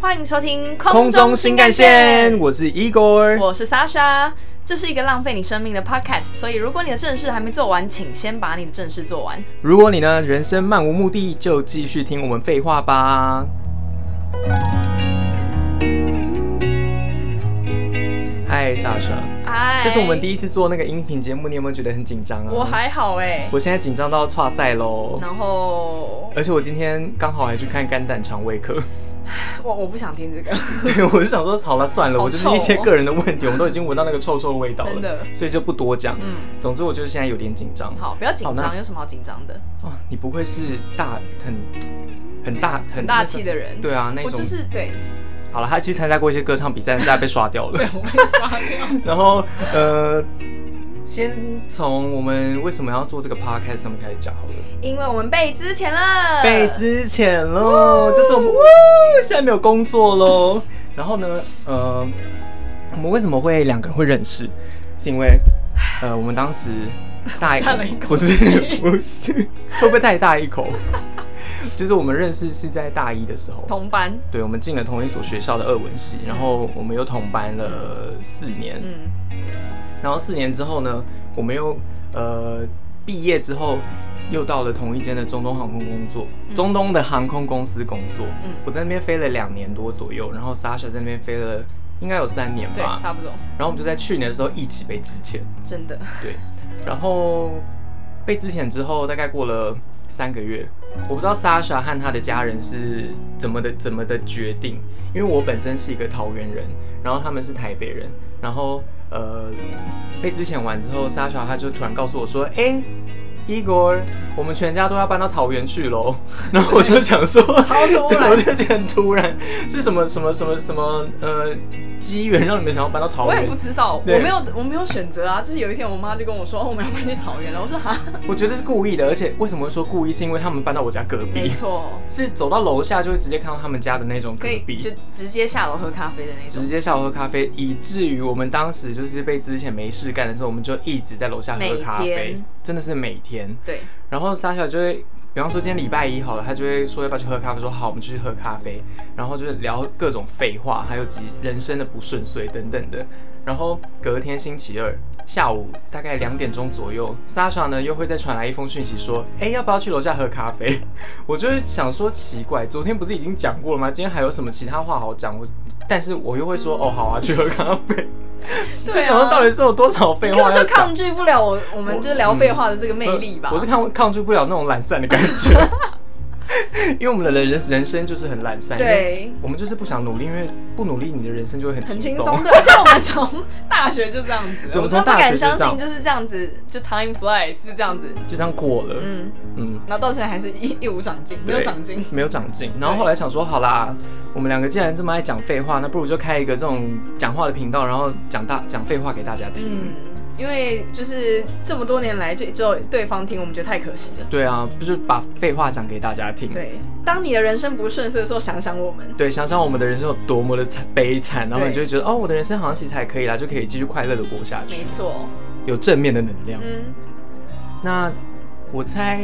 欢迎收听空中新干线，，我是 Igor。我是 Sasha。这是一个浪费你生命的 podcast，所以如果你的正事还没做完，请先把你的正事做完。如果你呢人生漫无目的，就继续听我们废话吧。嗨，Sasha，哎，这是我们第一，一次做那个音频节目，你有没有觉得很紧张啊？我，还好 哎、我现在紧张到岔赛喽。然后而且我今天刚好还去看肝胆肠胃 科，我我不想听这个，对我就想说，好了算了，好哦我就是一些个人的问题，我们都已经闻到那个臭臭的味道了，真的所以就不多讲。嗯，总之，我就是现在有点紧张。好，不要紧好张，那有什么好紧张的？哦，你不愧是大很很大很很大气的人，对啊，那我种、就是对，好了，他去参加过一些歌唱比赛，但是他被刷 掉了对。，我会刷 掉。然后呃，先从我们为什么要做这个 podcast 上面开始讲好了。因为我们被之前了，被之前喽，就是我们哇，现在没有工作喽。然后呢，呃，我们为什么会两个人会认识？是因为呃，我们当时大叹了一口不是不是，会不会太大一口？就是我们认识是在大一的时候，同班，对，我们进了同一所学校的二文系，然后我们又同班了四年，嗯，然后四年之后呢，我们又呃毕业之后又到了同一间的中东航空工作，中东的航空公司工作。嗯我在那边飞了两年多左右，然后 Sasha 在那边飞了应该有三年对，吧。差不多，然后我们就在去年的时候一起被之前，真的，对，然后被之前之后大概过了。三个月，我不知道 Sasha 和他的家人是怎么的怎么的决定，因为我本身是一个桃园人，然后他们是台北人，然后呃，被之前完之后，Sasha 他就突然告诉我说：“哎、i g o r 我们全家都要搬到桃园去喽。”然后我就想说，超突然对我就觉得很突然，是什么什么什么什么呃机缘让你们想要搬到桃我也园不？知道，我对没有，我没有选择啊。就是有一天，我妈就跟我说，哦，我们要搬去桃园了。我说哈，我觉得是故意的，而且为什么会说故意？是因为他们搬到我家隔嗯没壁。错， 是走到楼下就会直接看到他们家的那种隔可以壁，就直接下楼喝咖啡的那直种。接下午喝咖啡，以至于我们当时就是被之前没事干的时候，我们就一直在楼下喝咖每啡天，真的是每天。对，然后莎小就会，比方说今天礼拜一好了，他就会说要不要去喝咖啡，说好，我们就去喝咖啡，然后就是聊各种废话，还有及人生的不顺遂等等的。然后隔天星期二下午大概两点钟左右，Sasha 呢又会再传来一封讯息说，哎，要不要去楼下喝咖啡？我就会想说奇怪，昨天不是已经讲过了吗？今天还有什么其他话好讲？我，但是我又会说，哦，好啊，去喝咖啡。就对啊想说到底是有多少废根话本要就讲抗？拒不了我，我们就是聊废话的这个魅力吧。呃我是抗抗拒不了那种懒散的感觉， 因为我们的人人人生就是很懒散，，对，我们就是不想努力，因为不努力你的人生就会很很轻轻松松。的，而且我们从大学就这样子，对我我们真的从不大学敢就相这信样就是这样子，就 time flies 就这样子。就这样过了，嗯，嗯，然后到现在还是一一无长进，没有对长进。没有长进。然后后来想说，好啦，我们两个既然这么爱讲废话，那不如就开一个这种讲话的频道，然后讲大讲废话给大家听。嗯，因为就是这么多年来，就只有对方听，我们觉得太可惜了。对啊，不就把废话讲给大家听？对，当你的人生不顺遂的时候，想想我们。对，想想我们的人生有多么的惨悲惨，然后对你就会觉得，哦，我的人生好像其实还可以啦，就可以继续快乐的过下没去，错，有正面的能量。嗯，那我猜，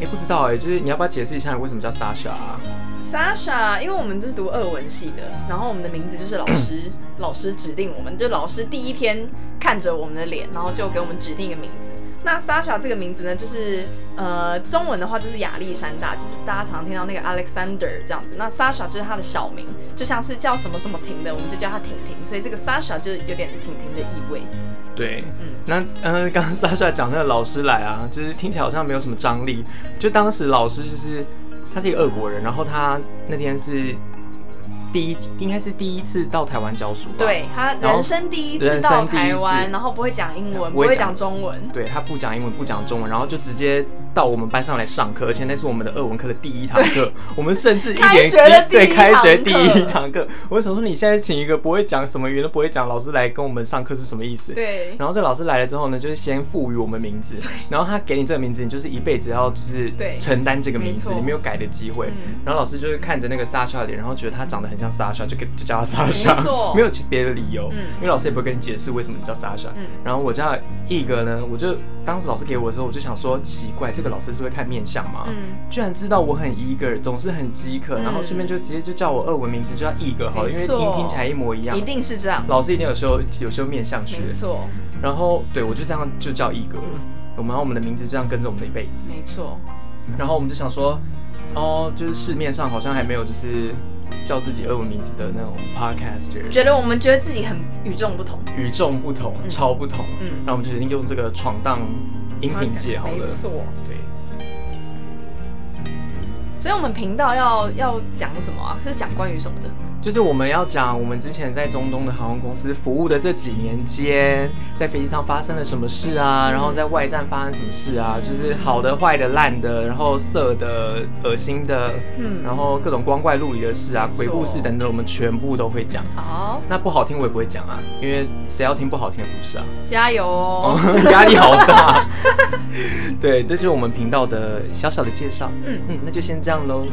哎、不知道哎、就是你要不要解释一下你为什么叫 Sasha 啊？ Sasha，因为我们就是读俄文系的，然后我们的名字就是老师老师指定我们，就老师第一天看着我们的脸，然后就给我们指定一个名字。那 Sasha 这个名字呢，就是呃中文的话就是亚历山大，就是大家常听到那个 Alexander 这样子。那 Sasha 就是他的小名，就像是叫什么什么婷的，我们就叫他婷婷，所以这个 Sasha 就是有点婷婷的意味。对，嗯那嗯，刚 刚 Sasha 讲那个老师来啊，就是听起来好像没有什么张力。就当时老师就是他是一个俄国人，然后他那天是第一，应该是第一次到台湾教书吧？对他然后人生第一次人生到第一台次湾，然后不会讲英文，不不会会讲讲中文，对他不讲英文，不讲中文，然后就直接到我们班上来上课，而且那是我们的俄文课的第一堂课。我们甚至一开年级学的第一对开学堂第课一堂课，我想说你现在请一个不会讲什么语言都不会讲老师来跟我们上课是什么意思？对。然后这个老师来了之后呢，就是先赋予我们名字，然后他给你这个名字，你就是一辈子要就是对承担这个名没字，错你没有改的机会。嗯然后老师就是看着那个 Sasha 的脸，然后觉得他长得很像 Sasha，就给就叫他 Sasha，没错没有其别的理由，嗯因为老师也不会跟你解释为什么你叫 Sasha。嗯然后我叫一哥呢，我就当时老师给我的时候，我就想说奇怪，这这个老师是会看面相吗？嗯，居然知道我很 eager，总是很饥渴，嗯然后顺便就直接就叫我俄文名字，就叫 eager 好了，因为没错音听起来一模一样一。定是这样，老师一定有时候有时候面相学没，错，然后对我就这样就叫 eager，我们嗯然后我们的名字这样跟着我们的一辈子，没错，然后我们就想说，哦，就是市面上好像还没有就是叫自己俄文名字的那种 podcaster，觉得我们觉得自己很与众不同，与众不同，嗯超不同，嗯，然后我们就决定用这个闯荡音频界好没了，错。对，所以我们频道要要讲什么啊？是讲关于什么的？就是我们要讲我们之前在中东的航空公司服务的这几年间，在飞机上发生了什么事啊，然后在外站发生什么事啊，就是好的、坏的、烂的，然后色的、恶心的，嗯然后各种光怪陆离的事啊没、错鬼故事等等，我们全部都会讲。好，那不好听我也不会讲啊，因为谁要听不好听的故 事啊？加油哦哦！，压力好大。对，这就是我们频道的小小的介绍。嗯嗯，那就先这样喽，